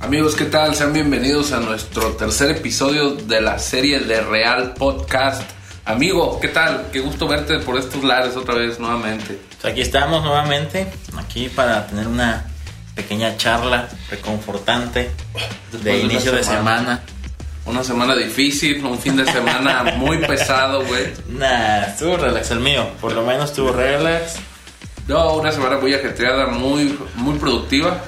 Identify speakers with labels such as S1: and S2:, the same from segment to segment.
S1: Amigos, ¿qué tal? Sean bienvenidos a nuestro tercer episodio de la serie de Real Podcast. Amigo, ¿qué tal? Qué gusto verte por estos lares otra vez nuevamente.
S2: Pues aquí estamos nuevamente, aquí para tener una pequeña charla reconfortante de
S1: Después de una
S2: inicio de
S1: semana.
S2: semana.
S1: Una semana difícil, un fin de semana muy pesado, güey.
S2: Nah, estuvo relax el mío, por lo menos estuvo relax.
S1: No, una semana muy ajetreada, muy, muy productiva.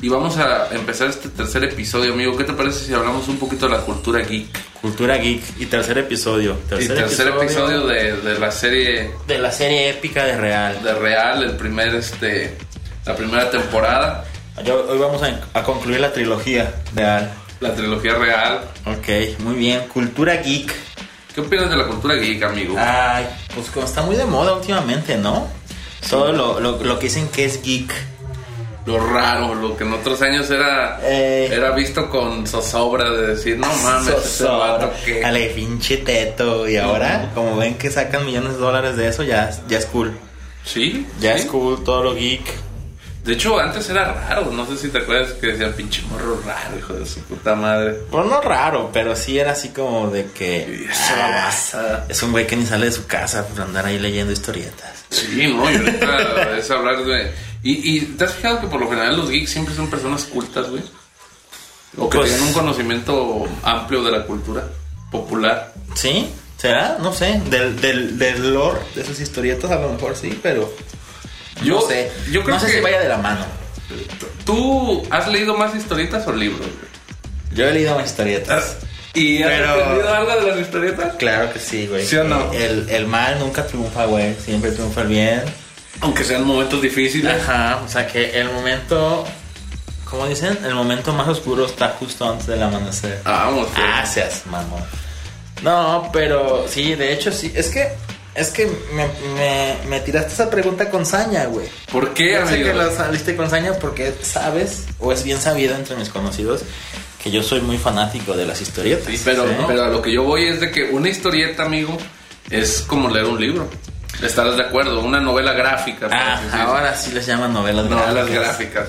S1: Y vamos a empezar este tercer episodio, amigo. ¿Qué te parece si hablamos un poquito de la cultura geek?
S2: Cultura Geek y tercer episodio.
S1: El tercer episodio de, de la serie
S2: de la serie épica de Real.
S1: de Real, el primer, este, la primera temporada,
S2: Yo- hoy vamos a, a concluir la trilogía Real.
S1: la trilogía Real.
S2: Ok, muy bien. Cultura Geek.
S1: ¿Qué opinas de la cultura geek, amigo?
S2: Ay, pues como está muy de moda últimamente, ¿no? Todo lo, lo- lo que dicen que es geek.
S1: Lo raro, lo que en otros años era,
S2: Eh.
S1: era visto con zozobra de decir, no mames, ese vato que...
S2: A la pinche teto. Y ahora, como ven que sacan millones de dólares de eso, ya, ya es cool.
S1: Sí,
S2: Ya
S1: sí.
S2: es cool todo lo geek.
S1: De hecho, antes era raro, no sé si te acuerdas que decían pinche morro raro, hijo de su puta madre.
S2: Bueno, no raro, pero sí era así como de
S1: Y
S2: que.
S1: esa
S2: ah,
S1: babasa.
S2: es un güey que ni sale de su casa por andar ahí leyendo historietas.
S1: Sí, no, y ahorita es hablar de... Y, y te has fijado que por lo general los geeks siempre son personas cultas, güey. O que
S2: Pues-
S1: tienen un conocimiento amplio de la cultura popular.
S2: ¿Sí? ¿Será? No sé. Del, del, del lore de sus historietas, a lo mejor sí, pero.
S1: Yo-
S2: no sé.
S1: yo creo
S2: no sé
S1: que-
S2: si vaya de la mano.
S1: ¿Tú has leído más historietas o libros? güey?
S2: Yo he leído más
S1: Ah.
S2: historietas.
S1: ¿Y has
S2: Pero-
S1: aprendido algo de las historietas?
S2: Claro que sí, güey.
S1: ¿Sí o no?
S2: El, el mal nunca triunfa, güey. Siempre triunfa el bien.
S1: Aunque sean momentos difíciles.
S2: Ajá, o sea que el momento, ¿cómo dicen? El momento más oscuro está justo antes del amanecer.
S1: Ah, Vamos, pues. güey.
S2: Gracias, mamón. No, pero sí, de hecho sí. Es que, es que me, me, me tiraste esa pregunta con saña, güey.
S1: ¿Por qué,
S2: Yo sé
S1: amigo?
S2: que la saliste con saña porque sabes, o es bien sabido entre mis conocidos, que yo soy muy fanático de las historietas.
S1: Sí, pero,
S2: ¿sí?
S1: pero a lo que yo voy es de que una historieta, amigo, es como leer un libro. Estarás de acuerdo, una novela gráfica. por
S2: Ah,
S1: así decirlo.
S2: ahora sí les llaman novelas
S1: Novelas
S2: gráficas.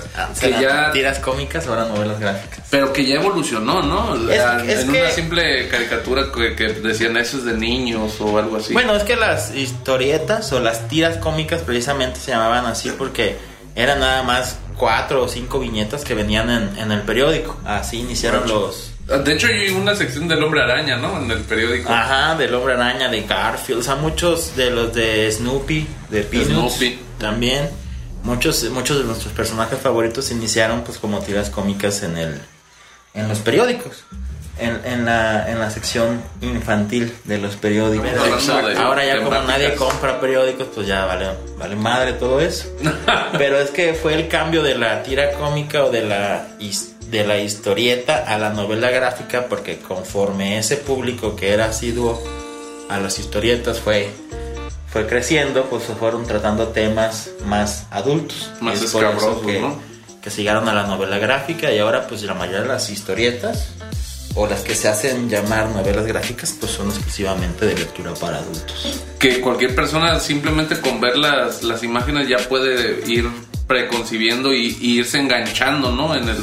S1: gráficas.
S2: Ah,
S1: Que
S2: eran
S1: ya-
S2: tiras cómicas, ahora novelas gráficas.
S1: Pero que ya evolucionó, ¿no? La-
S2: Es- es
S1: en una
S2: que-
S1: simple caricatura que, que decían eso es de niños o algo así.
S2: Bueno, es que las historietas o las tiras cómicas precisamente se llamaban así porque eran nada más cuatro o cinco viñetas que venían en, en el periódico. Así iniciaron los...
S1: Ah, de hecho, hay una sección del Hombre Araña, ¿no? En el periódico.
S2: Ajá, del Hombre Araña, de Garfield, o sea, muchos de los de Snoopy, de Peanuts
S1: Snoopy.
S2: también. Muchos, muchos de nuestros personajes favoritos iniciaron pues como tiras cómicas en el en los periódicos. En, en la, en la sección infantil de los periódicos.
S1: Estamos hablando de
S2: Ahora ya como
S1: temáticas.
S2: nadie compra periódicos, pues ya vale, vale madre todo eso. Pero es que fue el cambio de la tira cómica o de la, his- de la historieta a la novela gráfica, porque conforme ese público que era asiduo a las historietas fue, fue creciendo, pues se fueron tratando temas más adultos.
S1: Más
S2: por eso
S1: escabrosos,
S2: que,
S1: ¿no?
S2: que se llegaron a la novela gráfica y ahora pues la mayoría de las historietas o las que se hacen llamar novelas gráficas pues son exclusivamente de lectura para adultos.
S1: que cualquier persona simplemente con ver las, las imágenes ya puede ir preconcibiendo y, y irse enganchando, ¿no? En, el,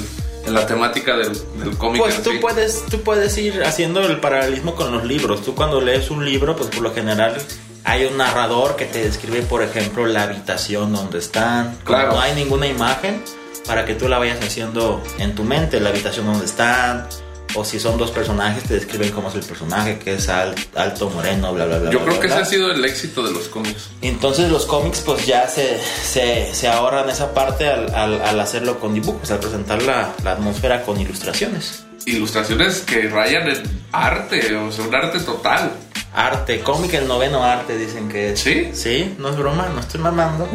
S1: en la temática del, del cómic.
S2: Pues
S1: en
S2: tú
S1: sí.
S2: puedes, tú puedes ir haciendo el paralelismo con los libros. Tú cuando lees un libro, pues por lo general hay un narrador que te describe, por ejemplo, la habitación donde están. Como
S1: Claro.
S2: No hay ninguna imagen para que tú la vayas haciendo en tu mente, la habitación donde están. O si son dos personajes, te describen cómo es el personaje, que es al- alto, moreno, bla, bla, bla.
S1: Yo
S2: bla,
S1: creo
S2: bla,
S1: que ese
S2: bla.
S1: ha sido el éxito de los cómics.
S2: Entonces los cómics pues ya se, se, se ahorran esa parte al, al- al hacerlo con dibujos, al presentar la, la atmósfera con ilustraciones.
S1: Ilustraciones que rayan en arte, o sea, un arte total.
S2: Arte, cómic el noveno arte, dicen que es.
S1: ¿Sí?
S2: Sí, no es broma, no estoy mamando.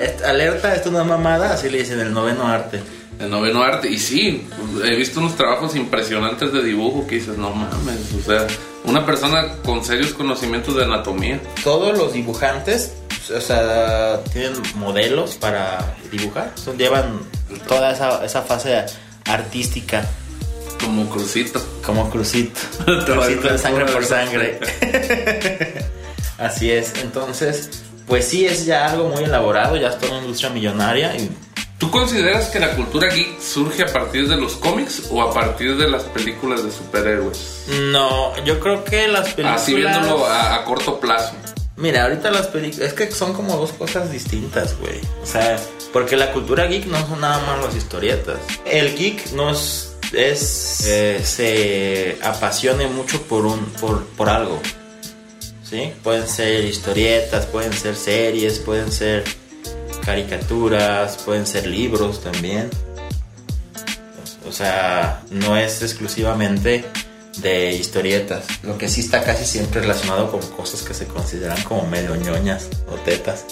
S2: Es- alerta, esto no es mamada, así le dicen el noveno arte.
S1: El noveno arte. Y sí, he visto unos trabajos impresionantes de dibujo que dices, no mames, o sea, una persona con serios conocimientos de anatomía.
S2: Todos los dibujantes, o sea, tienen modelos para dibujar. Son- llevan toda esa, esa fase artística
S1: Como crucito.
S2: como crucito.
S1: Te va a
S2: crucito
S1: dar
S2: de sangre
S1: una
S2: por
S1: vez.
S2: sangre. Así es, entonces, pues sí es ya algo muy elaborado, ya es toda una industria millonaria y
S1: ¿Tú consideras que la cultura geek surge a partir de los cómics o a partir de las películas de superhéroes?
S2: No, yo creo que las películas.
S1: Así viéndolo a, a corto plazo.
S2: Mira, ahorita las películas. Es que son como dos cosas distintas, güey. O sea, porque la cultura geek no son nada más las historietas. El geek no es. es, eh, se apasione mucho por, un, por, por algo. ¿Sí? Pueden ser historietas, pueden ser series, pueden ser caricaturas, pueden ser libros también. O sea, no es exclusivamente de historietas. Lo que sí está casi siempre relacionado con cosas que se consideran como medio ñoñas o tetas.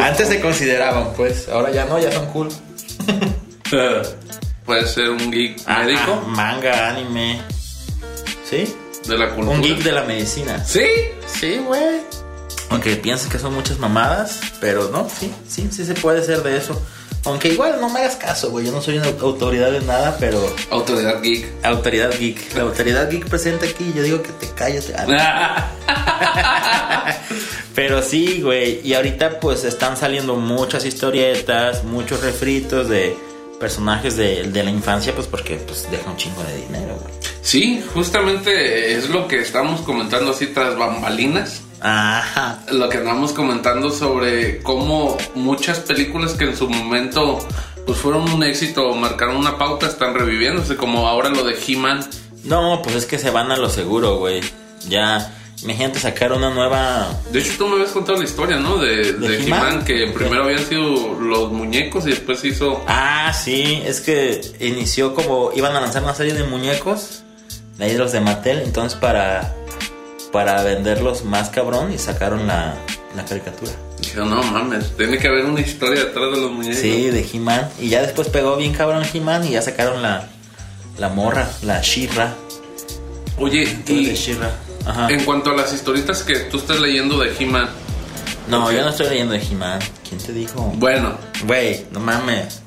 S2: Antes se consideraban, pues, ahora ya no, ya son cool.
S1: Puede ser un geek
S2: Ajá,
S1: médico
S2: Ah, manga, anime. ¿Sí?
S1: de la cultura.
S2: Un geek de la medicina.
S1: Sí.
S2: Sí, güey. Aunque pienses que son muchas mamadas, pero no, sí, sí, sí se puede ser de eso. Aunque igual no me hagas caso, güey. Yo no soy una autoridad de nada, pero
S1: Autoridad geek.
S2: autoridad geek. La autoridad geek presente aquí, yo digo que te calles. Ah, no. Pero sí, güey. Y ahorita pues están saliendo muchas historietas, muchos refritos de personajes de, de la infancia, pues porque pues deja un chingo de dinero, güey.
S1: sí, justamente es lo que estamos comentando así tras bambalinas.
S2: Ajá.
S1: lo que andamos comentando sobre cómo muchas películas que en su momento pues fueron un éxito o marcaron una pauta están reviviéndose, como ahora lo de He-Man.
S2: No, pues es que se van a lo seguro, güey. Ya, imagínate sacar una nueva...
S1: De hecho, tú me habías contado la historia, ¿no? De, de,
S2: ¿De
S1: He-Man,
S2: He-Man?
S1: que
S2: Ok.
S1: primero habían sido los muñecos y después se hizo...
S2: Ah, sí, es que inició como iban a lanzar una serie de muñecos, de ahí los de Mattel, entonces para para venderlos más cabrón y sacaron la, la caricatura.
S1: Dije, no mames, tiene que haber una historia detrás de los muñecos.
S2: Sí, de He-Man y ya después pegó bien cabrón He-Man y ya sacaron la la morra, la She-Ra,
S1: Oye,
S2: de
S1: y
S2: She-Ra. Ajá.
S1: en cuanto a las historietas que tú estás leyendo de He-Man,
S2: No, yo no estoy leyendo de He-Man. ¿Quién te dijo?
S1: bueno,
S2: Güey, no mames.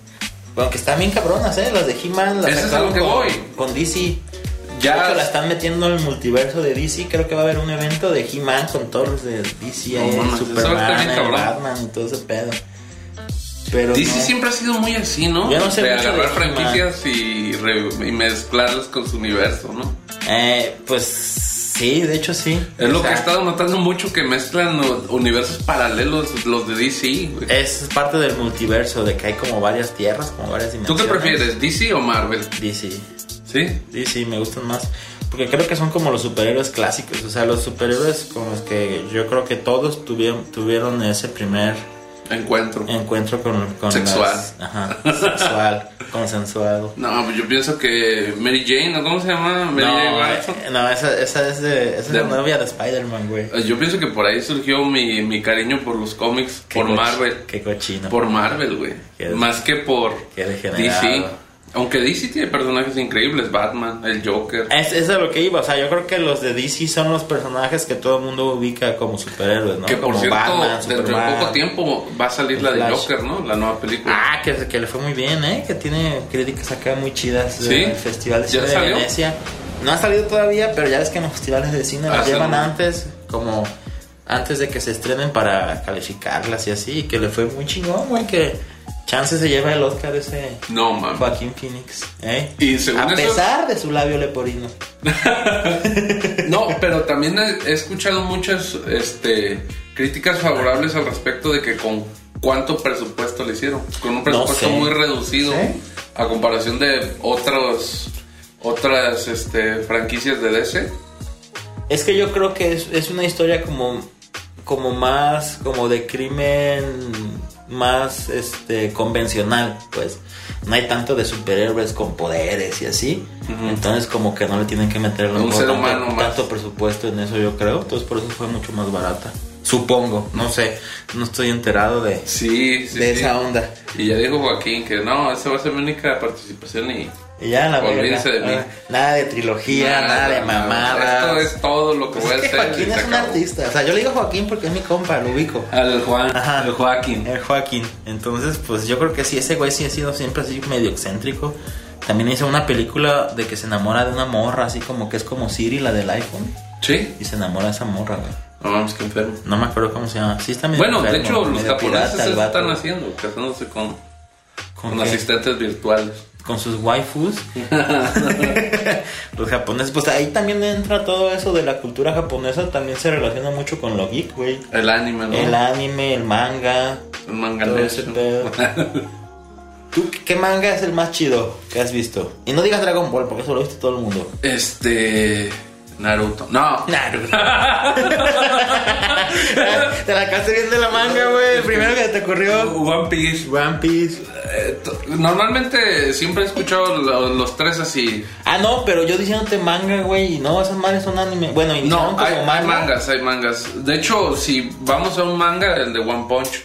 S2: Bueno, que están bien cabronas, ¿eh? Las de He-Man, las
S1: Eso es a
S2: sacaron
S1: lo que
S2: con,
S1: voy.
S2: con DC.
S1: Ya-
S2: Ya. la están metiendo en el multiverso de DC. Creo que va a haber un evento de He-Man con torres de DC.
S1: No
S2: ahí,
S1: mames, eso va a estar
S2: Superman,
S1: bien
S2: el
S1: cabrón.
S2: Batman y todo ese pedo. Pero
S1: DC
S2: no.
S1: siempre ha sido muy así, ¿no?
S2: Yo no sé
S1: de
S2: mucho de
S1: agarrar
S2: He-Man.
S1: franquicias y, re- y mezclarlas con su universo, ¿no?
S2: Eh, pues sí, de hecho sí.
S1: Es lo
S2: O
S1: que
S2: sea,
S1: he estado notando mucho que mezclan o- universos paralelos los de DC. güey.
S2: Es parte del multiverso, de que hay como varias tierras, como varias
S1: ¿Tú
S2: dimensiones.
S1: qué prefieres, DC o Marvel?
S2: DC.
S1: Sí.
S2: Sí, sí, me gustan más. Porque creo que son como los superhéroes clásicos. O sea, los superhéroes con los que yo creo que todos tuvieron, tuvieron ese primer
S1: Encuentro.
S2: encuentro con. con
S1: Sexual.
S2: las- ajá, sexual, consensuado.
S1: No, pues yo pienso que Mary Jane, ¿no? ¿cómo se llama? Mary Jane
S2: No,
S1: Watson.
S2: eh, no, esa, esa es, de, esa es
S1: De-
S2: la novia de Spider-Man, güey.
S1: Eh, Yo pienso que por ahí surgió mi, mi cariño por los cómics,
S2: Qué
S1: por
S2: coch-
S1: Marvel.
S2: Qué cochino.
S1: Por Marvel, güey.
S2: Qué-
S1: Más que por
S2: qué degenerado.
S1: DC. Aunque DC tiene personajes increíbles, Batman, el Joker.
S2: Es, es a lo que iba. O sea, yo creo que los de DC son los personajes que todo el mundo ubica como superhéroes, ¿no?
S1: que por
S2: como
S1: cierto,
S2: Batman,
S1: dentro de
S2: Superman.
S1: poco tiempo va a salir la de
S2: Flash.
S1: Joker, ¿no? La nueva película.
S2: Ah, que, que le fue muy bien, ¿eh? Que tiene críticas acá muy chidas
S1: Sí.
S2: del Festival de
S1: ¿Ya
S2: Cine de
S1: salió?
S2: Venecia. No ha salido todavía, pero ya ves que en los festivales de cine las
S1: Hacen
S2: llevan
S1: un-
S2: antes, como antes de que se estrenen para calificarlas y así. Y que le fue muy chingón, güey, que chance se lleva el Oscar ese
S1: No, mames.
S2: Joaquín Phoenix, ¿eh?
S1: Y según
S2: A
S1: eso-
S2: pesar de su labio leporino.
S1: No, pero también he, he escuchado muchas este, críticas favorables al respecto de que con cuánto presupuesto le hicieron. Con un presupuesto
S2: sé.
S1: muy reducido
S2: ¿Sí?
S1: a comparación de otros, otras este, franquicias de DC.
S2: Es que yo creo que es, es una historia como, como más, como de crimen más este convencional, pues. No hay tanto de superhéroes con poderes y así. Entonces como que no le tienen que meter
S1: Un
S2: mejor
S1: ser
S2: tanto,
S1: humano más.
S2: tanto presupuesto en eso, yo creo. Entonces por eso fue mucho más barata. Supongo, no sé. No estoy enterado de,
S1: Sí, sí,
S2: de
S1: sí.
S2: esa onda.
S1: Y ya dijo Joaquín que no, esa va a ser mi única participación y
S2: Y ya la verga.
S1: Olvídense de mí.
S2: Ah, Nada de trilogía, nada, de mamadas.
S1: Esto es todo lo que
S2: Pues
S1: voy a
S2: es que
S1: hacer. y
S2: Joaquín
S1: se
S2: es un
S1: acabó.
S2: artista. O sea, yo le digo Joaquín porque es mi compa, lo ubico.
S1: Al Juan,
S2: Ajá. Eh.
S1: al Joaquín.
S2: El Joaquín. Entonces, pues yo creo que sí, ese güey sí ha sido siempre así medio excéntrico. También hizo una película de que se enamora de una morra, así como que es como Siri, la del iPhone.
S1: Sí,
S2: Y se enamora de esa morra, güey.
S1: no vamos, que enfermo.
S2: No me acuerdo cómo se llama. Sí, está medio
S1: Bueno, de
S2: enfermo,
S1: hecho, los
S2: medio pirata
S1: japoneses
S2: el
S1: eso
S2: vato.
S1: están haciendo, casándose con, Con
S2: qué?
S1: asistentes virtuales.
S2: con sus waifus. los japoneses, pues ahí también entra todo eso de la cultura japonesa, también se relaciona mucho con lo geek, güey.
S1: El anime, ¿no?
S2: El anime, el manga.
S1: El manga
S2: todo
S1: de
S2: ese
S1: eso.
S2: pedo. ¿Tú qué- qué manga es el más chido que has visto? Y no digas Dragon Ball, porque eso lo viste todo el mundo.
S1: Este. Naruto. No.
S2: Naruto. Te la cagaste bien de la manga, güey. El primero que te ocurrió.
S1: One Piece.
S2: One Piece.
S1: Eh, t- normalmente siempre he escuchado lo- los tres así.
S2: Ah, no, pero yo diciéndote manga, güey. y No, esas madres son anime. Bueno, iniciaron
S1: No,
S2: como
S1: hay, hay
S2: manga.
S1: mangas, hay mangas. De hecho, si vamos a un manga, el de One Punch,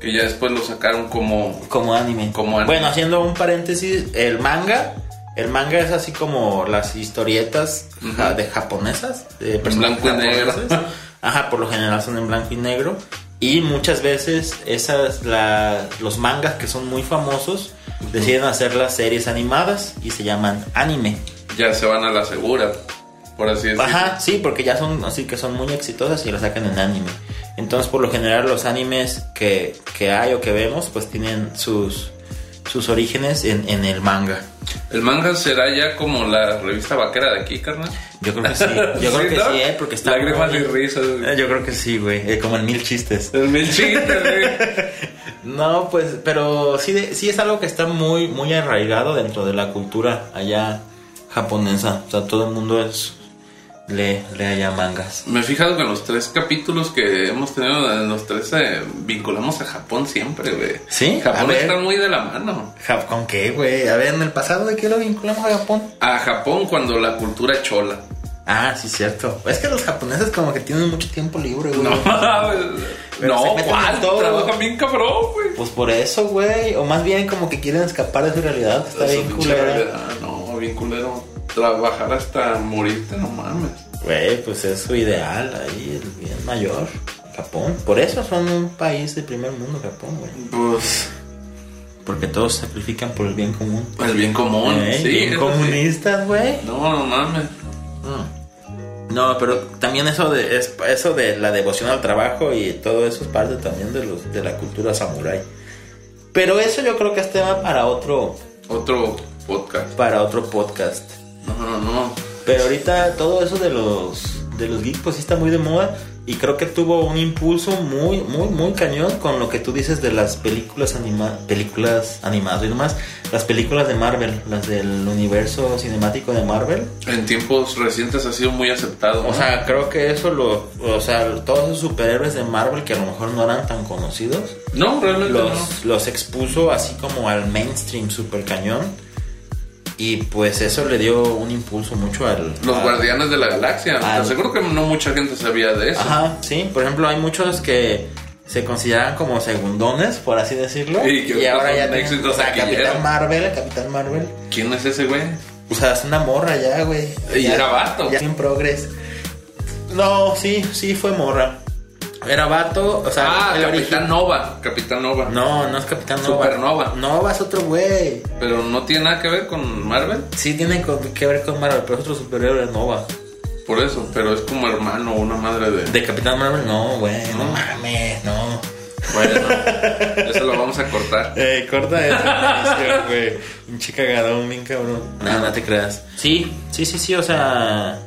S1: que ya después lo sacaron como.
S2: Como anime.
S1: Como anime.
S2: Bueno, haciendo un paréntesis, el manga. El manga es así como las historietas ja- de japonesas. De personajes
S1: blanco y negro.
S2: japoneses. Ajá, por lo general son en blanco y negro. Y muchas veces esas, la- los mangas que son muy famosos deciden hacer las series animadas y se llaman anime.
S1: Ya se van a la segura, por así decirlo.
S2: Ajá, sí, porque ya son así que son muy exitosas y las sacan en anime. Entonces, por lo general, los animes que, que hay o que vemos, pues tienen sus, sus orígenes en, en el manga.
S1: El manga será ya como la revista vaquera de aquí, carnal.
S2: Yo creo que sí. Yo
S1: ¿Sí,
S2: creo que
S1: no?
S2: sí, ¿eh? Porque está.
S1: Lágrimas
S2: muy-
S1: y risas.
S2: Eh, Yo creo que sí, güey. eh, como en mil chistes.
S1: Es bien chiste, güey.
S2: No, pues, pero sí, de- sí es algo que está muy, muy arraigado dentro de la cultura allá japonesa. O sea, todo el mundo es, lee, lee allá mangas.
S1: Me he fijado que en los tres capítulos que hemos tenido, en los tres eh, vinculamos a Japón siempre, güey.
S2: Sí, a
S1: Japón
S2: ver.
S1: está muy de la mano.
S2: Jap- ¿Con qué, güey? A ver, en el pasado, ¿de qué lo vinculamos a Japón?
S1: A Japón cuando la cultura chola.
S2: Ah, sí, cierto. Es que los japoneses como que tienen mucho tiempo libre, güey.
S1: No,
S2: Pero
S1: no,
S2: se meten en
S1: ¿cuál?
S2: todo.
S1: Trabajan bien cabrón, güey.
S2: Pues por eso, güey. O más bien como que quieren escapar de su realidad. que Está
S1: Eso,
S2: bien
S1: pinche
S2: culera.
S1: realidad, No, bien culero. Trabajar hasta morirte, no mames.
S2: Güey, pues es su ideal ahí, el bien mayor. Japón. Por eso son un país de primer mundo, Japón, güey.
S1: Pues,
S2: Porque todos sacrifican por el bien común.
S1: el bien común,
S2: Eh,
S1: sí. eso
S2: bien
S1: sí.
S2: comunistas, güey.
S1: No, no mames.
S2: Mm. No, pero también eso de es- eso de la devoción al trabajo y todo eso es parte también de los de la cultura samurái. Pero eso yo creo que es tema para otro
S1: Otro podcast.
S2: para otro podcast.
S1: No, no, no.
S2: Pero ahorita todo eso de los de los geeks pues sí está muy de moda y creo que tuvo un impulso muy muy muy cañón con lo que tú dices de las películas anima películas animadas y demás, las películas de Marvel, las del universo cinemático de Marvel.
S1: En tiempos recientes ha sido muy aceptado. ¿no?
S2: O sea, creo que eso lo. O sea, todos esos superhéroes de Marvel que a lo mejor no eran tan conocidos,
S1: no, realmente no.
S2: los, los expuso así como al mainstream super cañón. Y pues eso le dio un impulso mucho al.
S1: Los
S2: al-
S1: Guardianes de la Galaxia.
S2: Ah.
S1: Te aseguro que no mucha gente sabía de eso.
S2: Ajá, sí. Por ejemplo, hay muchos que se consideran como segundones, por así decirlo.
S1: Y que ahorita
S2: ahora
S1: son
S2: ya tienen.
S1: éxitos ¿eh?
S2: O sea,
S1: taquilleros.
S2: Capitán Marvel, Capitán Marvel.
S1: ¿Quién es ese güey?
S2: O sea, es una morra ya, güey.
S1: Y
S2: Ya-
S1: era vato.
S2: Ya sin progres. No, sí, sí fue morra. Era vato, o sea,
S1: Ah,
S2: el
S1: Capitán
S2: origi-
S1: Nova. Capitán Nova.
S2: No, no es Capitán Nova.
S1: Supernova.
S2: Nova es otro güey.
S1: Pero no tiene nada que ver con Marvel.
S2: Sí tiene co- que ver con Marvel, pero es otro superhéroe de Nova.
S1: Por eso, pero es como hermano o una madre de.
S2: De Capitán Marvel, no, güey, no
S1: No.
S2: mames, no.
S1: Bueno, eso lo vamos a cortar.
S2: Eh, corta esa güey. Un cagadón, bien cabrón. No, no te creas. Sí, sí, sí, sí, o sea.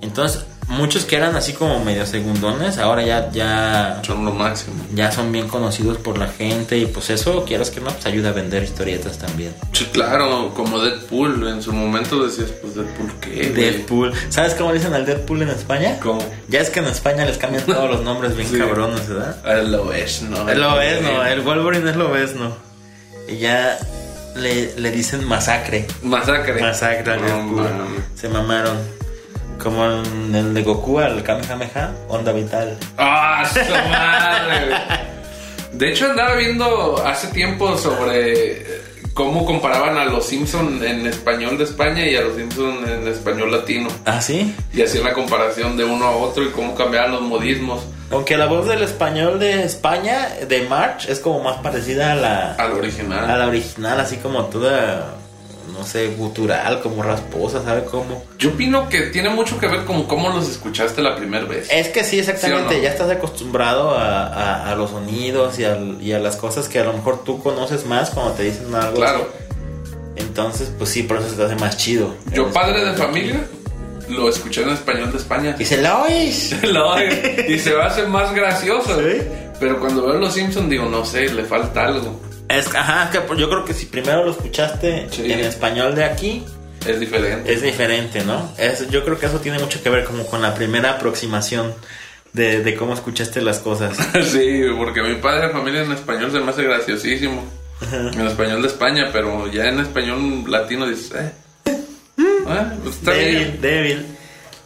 S2: Entonces, muchos que eran así como medio segundones, ahora ya, ya
S1: Son lo máximo.
S2: ya son bien conocidos por la gente y pues eso, quieras que no, pues ayuda a vender historietas también.
S1: Sí, claro, como Deadpool. En su momento decías, pues Deadpool, ¿qué? güey?
S2: Deadpool. ¿Sabes cómo le dicen al Deadpool en España?
S1: ¿Cómo?
S2: Ya es que en España les cambian todos los nombres bien
S1: Sí.
S2: cabrones, ¿verdad?
S1: El Lobezno.
S2: El Lobezno,
S1: Eh,
S2: el Wolverine es Lobezno. Y ya le, le dicen masacre.
S1: Masacre.
S2: Masacre al
S1: No,
S2: Deadpool.
S1: mames.
S2: Se mamaron. Como en el de Goku al Kamehameha, onda vital.
S1: ¡Ah, su madre! güey. De hecho, andaba viendo hace tiempo sobre eh, cómo comparaban a los Simpson en español de España y a los Simpson en español latino.
S2: ¿Ah, sí?
S1: Y hacían la comparación de uno a otro y cómo cambiaban los modismos
S2: Aunque la voz del español de España, de March, es como más parecida a la,
S1: al original.
S2: a la original, así como toda no sé, gutural, como rasposa, ¿sabe cómo?
S1: Yo opino que tiene mucho que ver con cómo los escuchaste la primera vez.
S2: Es que sí, exactamente,
S1: ¿Sí o no?
S2: ya estás acostumbrado a, a- a los sonidos y, al- y a las cosas que a lo mejor tú conoces más cuando te dicen algo.
S1: Claro.
S2: Entonces, pues sí, por eso se te hace más chido.
S1: Yo, padre de familia, lo escuché en español de España.
S2: Y se la oyes.
S1: Lo oigo y se me hace más gracioso.
S2: Sí.
S1: Pero cuando veo Los Simpsons digo, no sé, le falta algo.
S2: Es, ajá, es que por- yo creo que si primero lo escuchaste
S1: Sí.
S2: en español de aquí,
S1: Es diferente.
S2: es diferente, ¿no? Es, yo creo que eso tiene mucho que ver como con la primera aproximación de, de cómo escuchaste las cosas.
S1: Sí, porque mi padre de familia en español se me hace graciosísimo. En español de España, pero ya en español latino dices, eh. eh, pues está
S2: débil,
S1: bien.
S2: débil.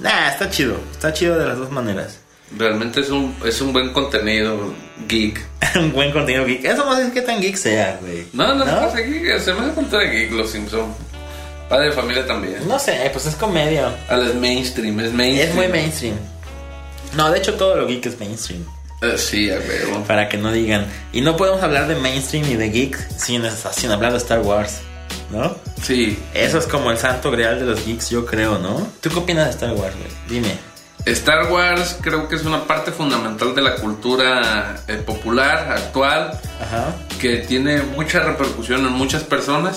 S2: Nah, está chido, está chido de las dos maneras.
S1: Realmente es un, es un buen contenido geek.
S2: Un buen contenido geek. Eso no sé qué tan geek sea, güey.
S1: No, no,
S2: ¿No?
S1: no. Se, geek, se me hace contenido geek Los Simpsons. Padre de familia también.
S2: No sé, pues es comedia.
S1: A las mainstream, es mainstream.
S2: Es muy mainstream. No, de hecho todo lo geek es mainstream.
S1: Eh, sí, a ver.
S2: Para que no digan. Y no podemos hablar de mainstream y de geek sin, sin hablar de Star Wars. ¿No?
S1: Sí,
S2: Eso es como el santo grial de los geeks, yo creo, ¿no? ¿Tú qué opinas de Star Wars, güey? Dime.
S1: Star Wars creo que es una parte fundamental de la cultura eh, popular actual
S2: Ajá.
S1: que tiene mucha repercusión en muchas personas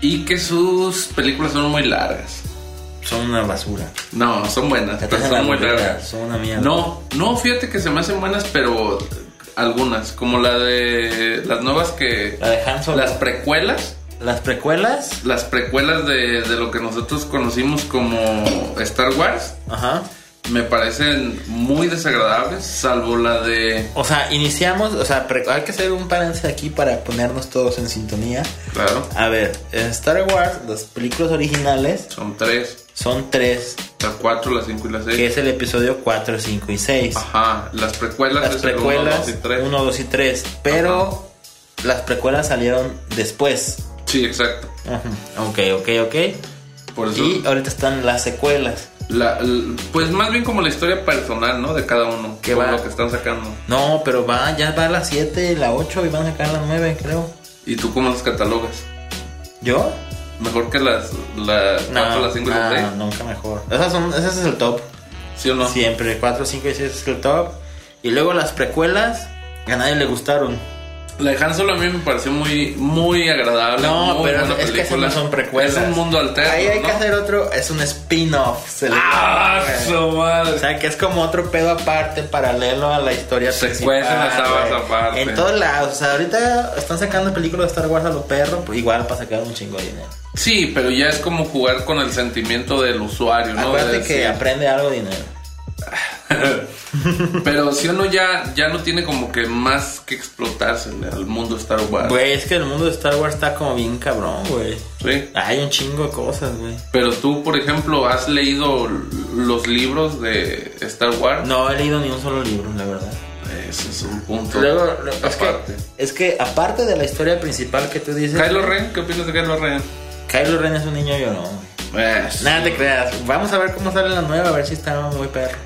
S1: y que sus películas son muy largas.
S2: Son una basura.
S1: No, son buenas,
S2: Te
S1: pero
S2: hacen la
S1: son muy
S2: burrita,
S1: largas.
S2: Son una mierda.
S1: No, no, fíjate que se me hacen buenas, pero algunas, como la de las nuevas que
S2: La de Han Solo.
S1: las
S2: Las,
S1: precuelas,
S2: precuelas.
S1: las precuelas de, de lo que nosotros conocimos como Star Wars.
S2: Ajá.
S1: Me parecen muy desagradables, salvo la de
S2: O sea, iniciamos. O sea, pre- hay que hacer un balance aquí para ponernos todos en sintonía.
S1: Claro,
S2: A ver, en Star Wars, las películas originales
S1: son tres.
S2: son tres:
S1: La cuatro, la cinco y la
S2: que
S1: seis.
S2: es el episodio 4, 5 y 6.
S1: Ajá, las precuelas
S2: Las
S1: es el Ah, uno,
S2: precuelas
S1: dos y tres.
S2: 1, 2 y 3. Pero las precuelas salieron después.
S1: Sí, exacto.
S2: Ajá. Ok, ok, ok.
S1: Por eso,
S2: Y ahorita están las secuelas.
S1: la- l- pues más bien como la historia personal, ¿no? De cada uno.
S2: ¿Qué
S1: Que va.
S2: va?
S1: Lo que están sacando.
S2: No, pero va, ya va a las 7, la 8 y van a sacar la 9, creo.
S1: ¿Y tú cómo las catalogas?
S2: ¿Yo?
S1: ¿Mejor que las Ah, pues la cuatro, las cinco y las
S2: no,
S1: seis?
S2: nunca mejor. Esas son, ese es el top.
S1: ¿Sí o no?
S2: Siempre, 4, 5 y 6 es el top. Y luego las precuelas, a nadie le gustaron.
S1: La de Han Solo a mí me pareció muy, muy agradable.
S2: No,
S1: muy
S2: pero
S1: buena
S2: es que esas
S1: película.
S2: no son precuelas.
S1: Es un mundo alterno.
S2: Ahí hay
S1: ¿no?
S2: que hacer otro, es un spin-off. se le
S1: ¡Ah,
S2: llama, güey.
S1: su madre!
S2: O sea, que es como otro pedo aparte, paralelo a la historia
S1: Se
S2: principal,
S1: cuecen las habas
S2: güey.
S1: aparte.
S2: En todos lados. O sea, ahorita están sacando películas de Star Wars a los perros, pues igual para sacar un chingo de dinero.
S1: Sí, pero ya es como jugar con el sentimiento del usuario, ¿no?
S2: Acuérdate
S1: De
S2: que
S1: decir-
S2: aprende algo de dinero.
S1: Pero si uno ya, ya no tiene como que más que explotarse en el mundo Star Wars.
S2: Güey, es que el mundo de Star Wars está como bien cabrón, güey.
S1: Sí.
S2: Hay un chingo de cosas, güey.
S1: Pero tú, por ejemplo, ¿has leído l- los libros de Star Wars?
S2: No he leído ni un solo libro, la verdad.
S1: Ese es un punto.
S2: Luego, lo- es
S1: aparte.
S2: que, es que aparte de la historia principal que tú dices,
S1: Kylo Ren, ¿qué opinas de Kylo Ren?
S2: Kylo Ren es un niño llorón, güey.
S1: Eh,
S2: Nada te creas. Vamos a ver cómo sale la nueva, a ver si está muy perro.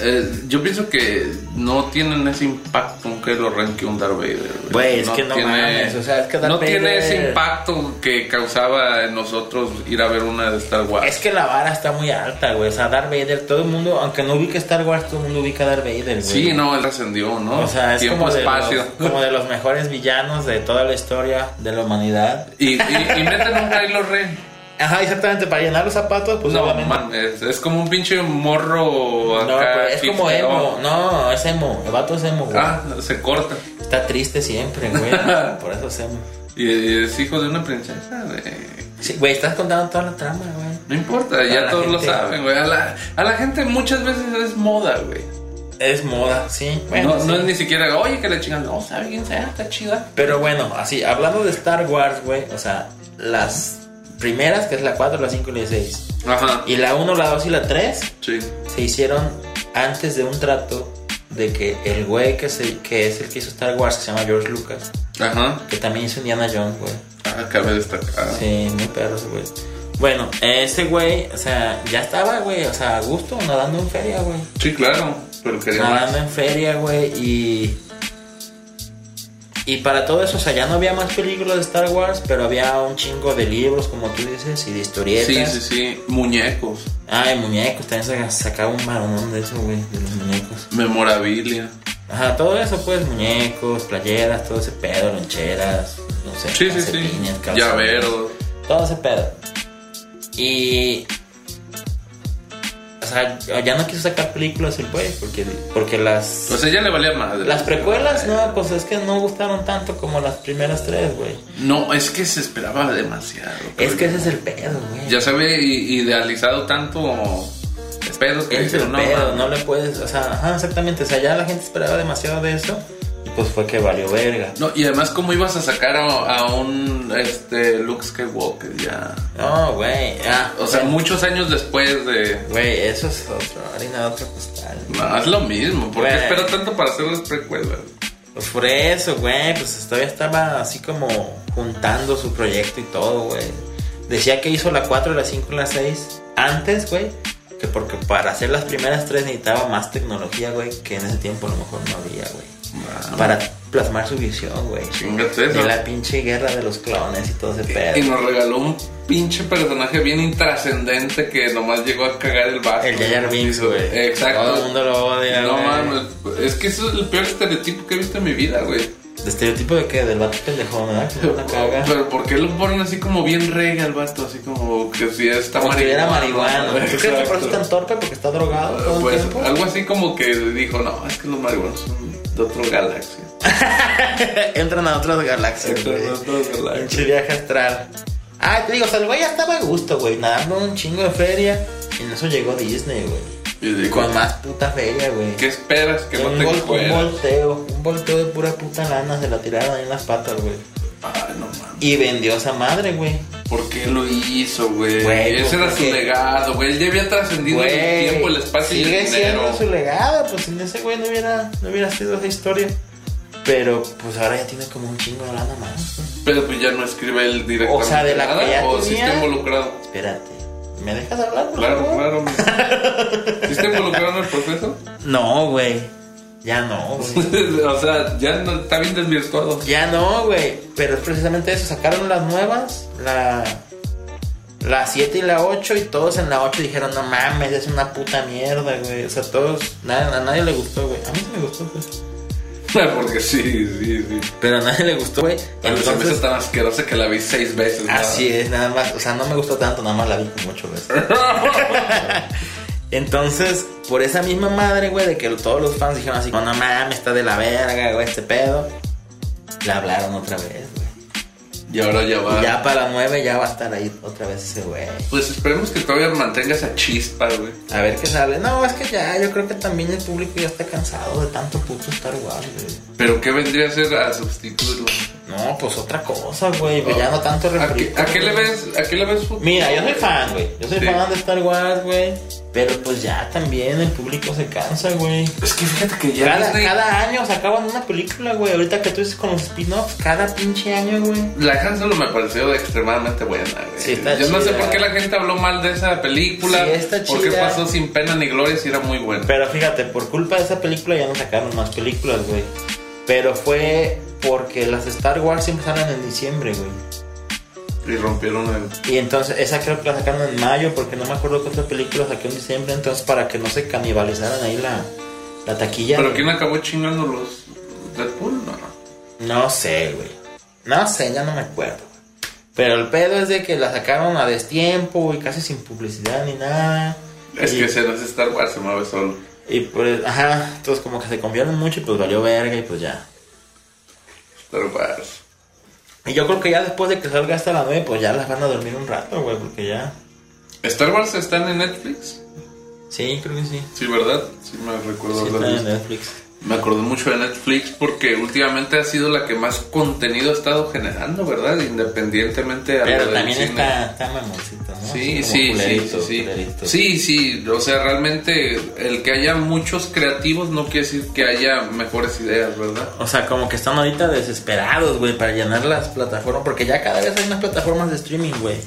S1: eh, yo pienso que no tienen ese impacto un Kylo Ren que un Darth Vader. güey.
S2: Güey, es que no mames, o sea, es que Darth
S1: no tiene
S2: Vader-
S1: ese impacto que causaba en nosotros ir a ver una de Star Wars.
S2: Es que la vara está muy alta, güey. O sea, Darth Vader, todo el mundo, aunque no ubique Star Wars, todo el mundo ubica a Darth Vader, güey.
S1: Sí, no, él ascendió, ¿no?
S2: O sea, es
S1: Tiempo,
S2: como de,
S1: espacio.
S2: los, como de los mejores villanos de toda la historia de la humanidad.
S1: Y, y, y meten un Kylo Ren.
S2: Ajá, exactamente, para llenar los zapatos, pues
S1: no,
S2: obviamente-
S1: mames, es como un pinche morro
S2: No,
S1: acá.
S2: pero es como
S1: hipsterón.
S2: emo. No, es emo. El vato es emo, güey.
S1: Ah, se corta.
S2: Está triste siempre, güey. Por eso es emo.
S1: Y, y es hijo de una princesa, güey.
S2: Sí, güey, estás contando toda la trama, güey.
S1: No importa,
S2: A
S1: ya
S2: la
S1: todos lo
S2: gente.
S1: saben, güey. A la, a la gente muchas veces es moda, güey.
S2: Es moda, sí. Bueno,
S1: No, no
S2: sí.
S1: es ni siquiera, oye, que la chingan. No, sabe quién sea, está chida.
S2: Pero bueno, así, hablando de Star Wars, güey. O sea, las primeras, que es la 4, la 5 y la 6.
S1: Ajá,
S2: Y la 1, la 2 y la 3
S1: sí.
S2: se hicieron antes de un trato de que el güey que, se, que es el que hizo Star Wars, que se llama George Lucas,
S1: Ajá.
S2: que también hizo Indiana Jones, güey.
S1: Ah, cabe destacar.
S2: Sí, muy perro ese güey. Bueno, ese güey, o sea, ya estaba, güey, o sea, a gusto, nadando en feria, güey. Ah,
S1: Sí, claro, pero quería más.
S2: Nadando en feria, güey, y. Y para todo eso, o sea, ya no había más películas de Star Wars, pero había un chingo de libros, como tú dices, y de
S1: Sí,
S2: historietas.
S1: sí, sí. Muñecos.
S2: Ah, y muñecos, también se sacaba un marón de eso, güey, de los muñecos.
S1: Memorabilia.
S2: Ajá, todo eso, pues, muñecos, playeras, todo ese pedo, loncheras, no sé,
S1: Sí, sí, sí.
S2: calcetines, calzones,
S1: Llavero.
S2: Todo ese pedo. Y. O sea, ya no quiso sacar películas el güey, porque, porque las.
S1: O sea, ya Pues le valía madre.
S2: Las precuelas, no, pues es que no gustaron tanto como las primeras tres, güey.
S1: No, es que se esperaba demasiado.
S2: Es que ese es el pedo, güey.
S1: Ya se ve i- idealizado tanto. Pedos que
S2: Ese es el
S1: dicen, no,
S2: pedo,
S1: no,
S2: no le puedes, o sea, ajá, exactamente, o sea, ya la gente esperaba demasiado de eso y pues fue que valió verga.
S1: No, y además, ¿cómo ibas a sacar a, a un este, Luke Skywalker ya?
S2: No, güey, ah,
S1: O sea, muchos años después de.
S2: güey, eso es otro, harina de otro costal.
S1: No, es lo mismo. ¿Por qué
S2: Güey.
S1: espera tanto para hacer las precuelas?
S2: Pues por eso, güey, pues todavía estaba así como juntando su proyecto y todo, güey. Decía que hizo la 4, la 5 y la 6 antes, güey, que porque para hacer las primeras tres necesitaba más tecnología, güey, que en ese tiempo a lo mejor no había, güey. Para plasmar su visión, güey.
S1: Chingate
S2: De
S1: Ah. eso.
S2: la pinche guerra de los clones y todo ese pedo.
S1: Y nos regaló un pinche personaje bien intrascendente que nomás llegó a cagar el vaso.
S2: El Yayar Binks, güey.
S1: Exacto.
S2: Todo el mundo lo odia,
S1: No
S2: güey.
S1: mames, es que eso es el peor estereotipo que he visto en mi vida, güey.
S2: ¿De estereotipo de qué? Del vato pendejón, ¿verdad? Que la caga.
S1: Pero ¿por qué lo ponen así como bien rega el vato? Así como que si está
S2: Como si
S1: marihuana.
S2: era marihuana. ¿Tú crees que por eso es tan
S1: Exacto.
S2: torpe? Porque está drogado todo el
S1: Pues
S2: tiempo.
S1: algo así como que dijo, no, es que los marihuanos son de otro galaxia.
S2: Entran a otras galaxias,
S1: Entran a
S2: güey.
S1: otras galaxias.
S2: Pinche viaje astral. Ah, te digo, o sea, el güey ya estaba a gusto, güey. Nadando un chingo de feria. Y en eso llegó Disney, güey.
S1: Y digo,
S2: Con más puta feria, güey.
S1: ¿qué esperas que no
S2: un,
S1: te
S2: gol- un
S1: cueras?
S2: volteo. Un volteo de pura puta lana. Se la tiraron ahí en las patas, güey.
S1: Ay, no mames.
S2: Y vendió esa madre, güey.
S1: ¿Por qué lo hizo, güey?
S2: Güey,
S1: Ese era
S2: porque-
S1: su legado, güey. Él ya había trascendido
S2: Güey,
S1: el tiempo, el espacio y
S2: sigue
S1: el dinero.
S2: siendo su legado, pues sin ese güey no hubiera, no hubiera sido esa historia. Pero pues ahora ya tiene como un chingo de lana más. güey.
S1: Pero pues ya no escribe él directamente.
S2: O sea, de la
S1: nada,
S2: que ya
S1: O si
S2: tenía.
S1: está involucrado.
S2: Espérate, ¿me dejas hablar? por
S1: Claro,
S2: favor?
S1: claro. mi- ¿Sí está involucrado en el proceso?
S2: No, güey. Ya no, güey.
S1: o sea, ya no, está bien desvirtuado.
S2: Ya no, güey. Pero es precisamente eso. Sacaron las nuevas, la. La 7 y la 8, y todos en la 8 dijeron: No mames, es una puta mierda, güey. O sea, todos. na- a nadie le gustó, güey. A mí sí me gustó, güey.
S1: Porque sí, sí, sí.
S2: Pero a nadie le gustó, güey.
S1: A mí se me
S2: Entonces-
S1: hizo tan asquerosa que la vi seis veces. nada.
S2: Así es, nada más. O sea, no me gustó tanto, nada más la vi como ocho veces. Entonces, por esa misma madre, güey, de que todos los fans dijeron así, no, no mames, está de la verga, güey, este pedo. La hablaron otra vez, güey.
S1: Y ahora ya va.
S2: Y ya para la nueve ya va a estar ahí otra vez ese güey.
S1: Pues esperemos que todavía mantenga esa chispa, güey.
S2: A ver qué sale. No, es que ya, yo creo que también el público ya está cansado de tanto puto Star Wars, güey.
S1: Pero ¿qué vendría a ser a sustituirlo?
S2: No, pues otra cosa, güey, pues ya no tanto
S1: Ah. ¿A qué,
S2: refrito,
S1: a qué le
S2: güey.
S1: ves? ¿A qué le ves futuro?
S2: Mira, yo soy fan, güey. Yo soy
S1: Sí.
S2: fan de Star Wars, güey. Pero pues ya también el público se cansa, güey.
S1: Es que fíjate que ya
S2: Cada,
S1: Disney
S2: cada año sacaban una película, güey. Ahorita que tú dices con los spin-offs, cada pinche año, güey.
S1: La Han Solo me pareció extremadamente buena, güey.
S2: Sí, está
S1: Yo no sé
S2: chida.
S1: por qué la gente habló mal de esa película.
S2: Sí, está
S1: ¿Por qué
S2: chida.
S1: pasó sin pena ni gloria si era muy buena?
S2: Pero fíjate, por culpa de esa película ya no sacaron más películas, güey. Pero fue porque las Star Wars empezaron en diciembre, güey.
S1: Y rompieron el...
S2: Y entonces, esa creo que la sacaron en mayo, porque no me acuerdo qué otra película saqué en diciembre. Entonces, para que no se canibalizaran ahí la, la taquilla.
S1: Pero
S2: güey.
S1: ¿quién acabó chingando los Deadpool? No, no.
S2: No sé, güey. No sé, ya no me acuerdo. Pero el pedo es de que la sacaron a destiempo, güey, casi sin publicidad ni nada.
S1: Es
S2: y,
S1: que se nos Star Wars, se mueve solo.
S2: Y pues, ajá, entonces como que se confiaron mucho y pues valió verga y pues ya.
S1: Star Wars.
S2: Y yo creo que ya después de que salga hasta la 9, pues ya las van a dormir un rato, güey, porque ya.
S1: ¿Star Wars están en Netflix?
S2: Sí, creo que sí.
S1: Sí, ¿verdad? Sí, me recuerdo
S2: Sí,
S1: haberlo
S2: está en
S1: visto.
S2: Netflix.
S1: Me acordé mucho de Netflix porque últimamente ha sido la que más contenido ha estado generando, ¿verdad? Independientemente a lo
S2: Pero
S1: del
S2: también
S1: cine.
S2: está, está mamoncito, ¿no?
S1: Sí,
S2: Así
S1: sí,
S2: como
S1: sí,
S2: culerito,
S1: sí,
S2: culerito.
S1: sí. Sí, sí, o sea, realmente el que haya muchos creativos no quiere decir que haya mejores ideas, ¿verdad?
S2: O sea, como que están ahorita desesperados, güey, para llenar las plataformas, porque ya cada vez hay más plataformas de streaming, güey.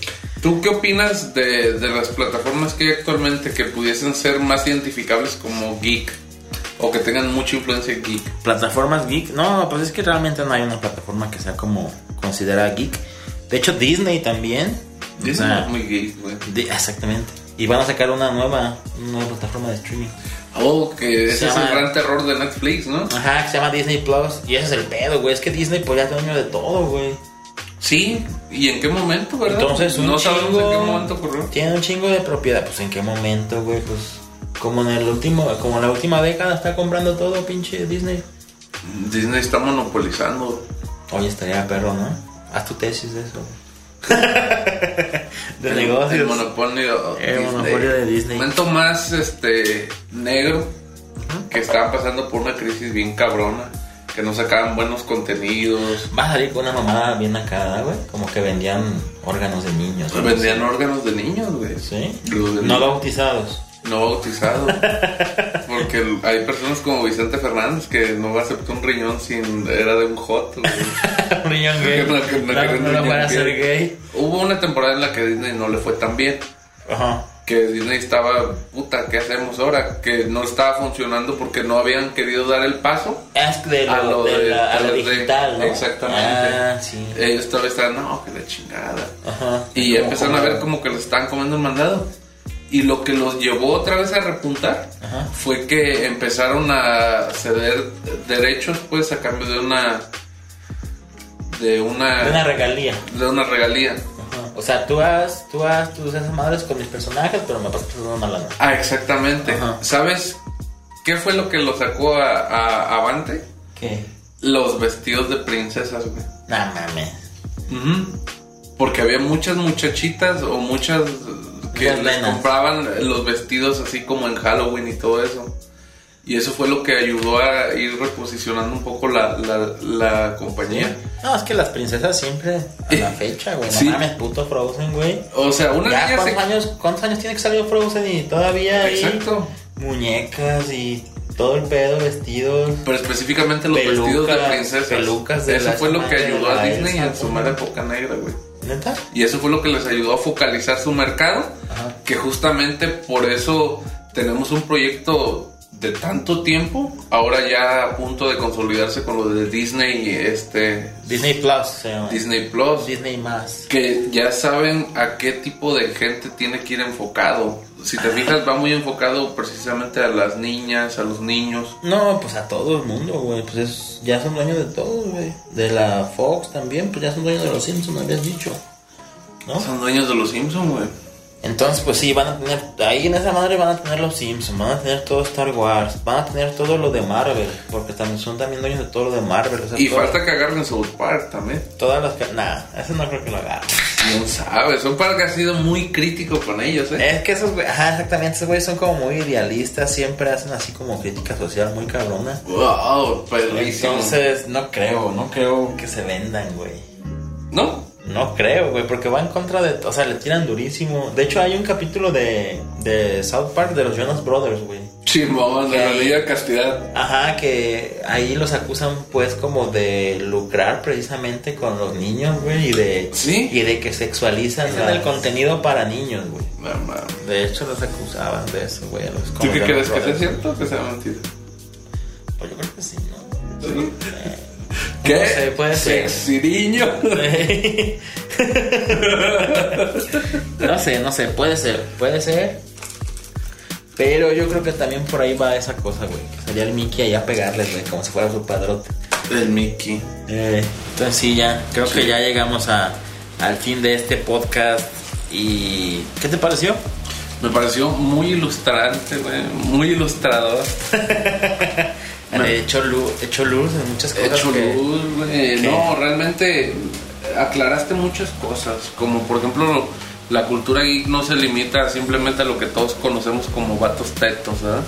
S1: ¿Tú qué opinas de, de las plataformas que hay actualmente que pudiesen ser más identificables como geek? o que tengan mucha influencia geek.
S2: Plataformas geek. No, pues es que realmente no hay una plataforma que sea como considerada geek. De hecho, Disney también.
S1: Es
S2: O sea,
S1: muy geek, güey.
S2: de- exactamente. Y van a sacar una nueva, una nueva plataforma de streaming.
S1: Oh, que
S2: Se
S1: ese es el
S2: llama-
S1: gran terror de Netflix, ¿no?
S2: Ajá, que se llama Disney Plus. Y ese es el pedo, güey. Es que Disney pues ya es dueño de todo, güey.
S1: Sí, ¿y en qué momento, verdad?
S2: Entonces, un
S1: no sabemos en
S2: chingo-
S1: qué momento ocurrió.
S2: Tiene un chingo de propiedad. Pues en qué momento, güey. Pues como en el último, como en la última década está comprando todo, pinche Disney.
S1: Disney está monopolizando.
S2: Oye, estaría perro, ¿no? Haz tu tesis de eso. de
S1: el-
S2: negocios.
S1: El monopolio,
S2: El monopolio de Disney.
S1: Momento más este negro que estaban pasando por una crisis bien cabrona, que no sacaban buenos contenidos.
S2: Va a salir con una mamada bien acá, güey. Como que vendían órganos de niños. ¿no?
S1: Vendían órganos de niños, güey.
S2: ¿Sí?
S1: Los de
S2: No
S1: niños.
S2: bautizados.
S1: No bautizado. Porque hay personas como Vicente Fernández que no aceptó un riñón sin era de un hot.
S2: Un niño gay.
S1: No, que no,
S2: No,
S1: que
S2: no
S1: un
S2: lo
S1: niño
S2: van a
S1: gay.
S2: hacer gay.
S1: Hubo una temporada en la que Disney no le fue tan bien.
S2: Ajá.
S1: Que Disney estaba, puta, ¿qué hacemos ahora? Que no estaba funcionando porque no habían querido dar el paso.
S2: Es que de lo,
S1: A lo
S2: de
S1: de-
S2: la- a lo
S1: 3D,
S2: digital, ¿no?
S1: exactamente.
S2: Ah, sí.
S1: Ellos todavía estaban, no, que la chingada.
S2: Ajá.
S1: Y
S2: Como-
S1: empezaron a
S2: como-
S1: ver como que les estaban comiendo el mandado. Y lo que los llevó otra vez a repuntar
S2: Ajá.
S1: fue que empezaron a ceder derechos pues a cambio de una de una
S2: de una regalía.
S1: de una regalía.
S2: Ajá. O sea, tú haz, tú haz tus esas madres con mis personajes, pero me pasas una mala nota.
S1: Ah, exactamente.
S2: Ajá.
S1: ¿Sabes qué fue lo que lo sacó a, a- avante?
S2: ¿Qué?
S1: Los vestidos de princesas, güey.
S2: No mames.
S1: Ujú. Porque había muchas muchachitas o muchas eh, que
S2: Las
S1: les
S2: nenas.
S1: compraban los vestidos así como en Halloween y todo eso. Y eso fue lo que ayudó a ir reposicionando un poco la, la- la compañía.
S2: No, es que las princesas siempre a la fecha, güey. No
S1: Eh, Sí.
S2: mames, puto Frozen, güey.
S1: O sea, una
S2: Ya,
S1: niña
S2: ¿cuántos,
S1: se...
S2: años, ¿Cuántos años tiene que salir Frozen y todavía hay
S1: Exacto.
S2: muñecas y todo el pedo, vestidos?
S1: Pero específicamente los
S2: Pelucas,
S1: vestidos de princesas.
S2: pelucas de
S1: eso
S2: la
S1: fue lo que
S2: Samantha
S1: ayudó a
S2: de la
S1: Disney
S2: Elsa,
S1: en su mala
S2: ¿no?
S1: época negra, güey.
S2: ¿Neta?
S1: Y eso fue lo que les ayudó a focalizar su mercado.
S2: Ajá.
S1: Que justamente por eso tenemos un proyecto de tanto tiempo. Ahora ya a punto de consolidarse con lo de Disney, este,
S2: Disney Plus se llama.
S1: Disney Plus.
S2: Disney más.
S1: Que ya saben a qué tipo de gente tiene que ir enfocado. Si te fijas, va muy enfocado precisamente a las niñas, a los niños.
S2: No, pues a todo el mundo, güey. Pues es- ya son dueños de todo, güey. De la Fox también, pues ya son dueños de los Simpsons, habías dicho. ¿No?
S1: Son dueños de los Simpsons, güey.
S2: Entonces, pues sí, van a tener. Ahí en esa madre van a tener los Simpsons, van a tener todo Star Wars, van a tener todo lo de Marvel, porque también son también dueños de todo lo de Marvel. o sea,
S1: Y
S2: todo-
S1: falta que agarren South Park también.
S2: Todas las. ca- Nah, eso no creo que lo agarren.
S1: Quién sabe, South Park ha sido muy crítico con ellos, ¿eh?
S2: Es que esos güey, ajá, exactamente, esos güeyes son como muy idealistas, siempre hacen así como crítica social muy cabrona.
S1: Wow, perrísimo.
S2: Entonces, no creo, no creo que se vendan, güey.
S1: ¿No?
S2: No creo, güey, porque va en contra de, o sea, le tiran durísimo. De hecho, hay un capítulo de, de South Park de los Jonas Brothers, güey.
S1: Chimón, de la
S2: Ok.
S1: ley de castidad.
S2: Ajá, que ahí los acusan pues como de lucrar precisamente con los niños, güey, y de
S1: Sí.
S2: y de que sexualizan el contenido para niños, güey.
S1: No mames.
S2: De hecho, los acusaban de eso, güey. a los
S1: ¿Tú qué
S2: Jonas
S1: crees que sea
S2: Brothers.
S1: cierto o que sea mentira?
S2: Pues yo creo que sí, ¿no?
S1: ¿Qué?
S2: No sé, puede ser.
S1: Sexiriño.
S2: no sé, no sé, puede ser, puede ser. Pero yo creo que también por ahí va esa cosa, güey. Que salía el Mickey ahí a pegarles, güey, como si fuera su padrote.
S1: El Mickey.
S2: Eh, entonces sí, ya, creo que ya llegamos a, al fin de este podcast. ¿Y qué te pareció?
S1: Me pareció muy ilustrante, güey. Muy ilustrador.
S2: He hecho, lu- he hecho luz en muchas cosas.
S1: Hecho
S2: que-
S1: luz, güey.
S2: que-
S1: No, realmente aclaraste muchas cosas. Como por ejemplo, la cultura geek no se limita simplemente a lo que todos conocemos como vatos tetos, ¿verdad?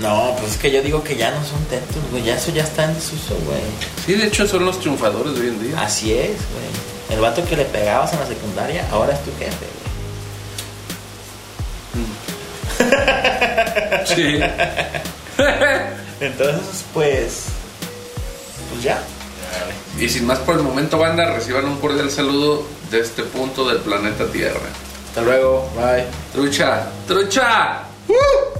S2: No, pues es que yo digo que ya no son tetos, güey. Ya eso ya está en desuso, güey.
S1: Sí, de hecho son los triunfadores de hoy en día.
S2: Así es, güey. El vato que le pegabas en la secundaria, ahora es tu jefe, güey.
S1: Sí.
S2: Entonces, pues. Pues ya.
S1: Y sin más por el momento, banda, reciban un cordial saludo de este punto del planeta Tierra.
S2: Hasta luego. Bye.
S1: Trucha, trucha. ¡Uh!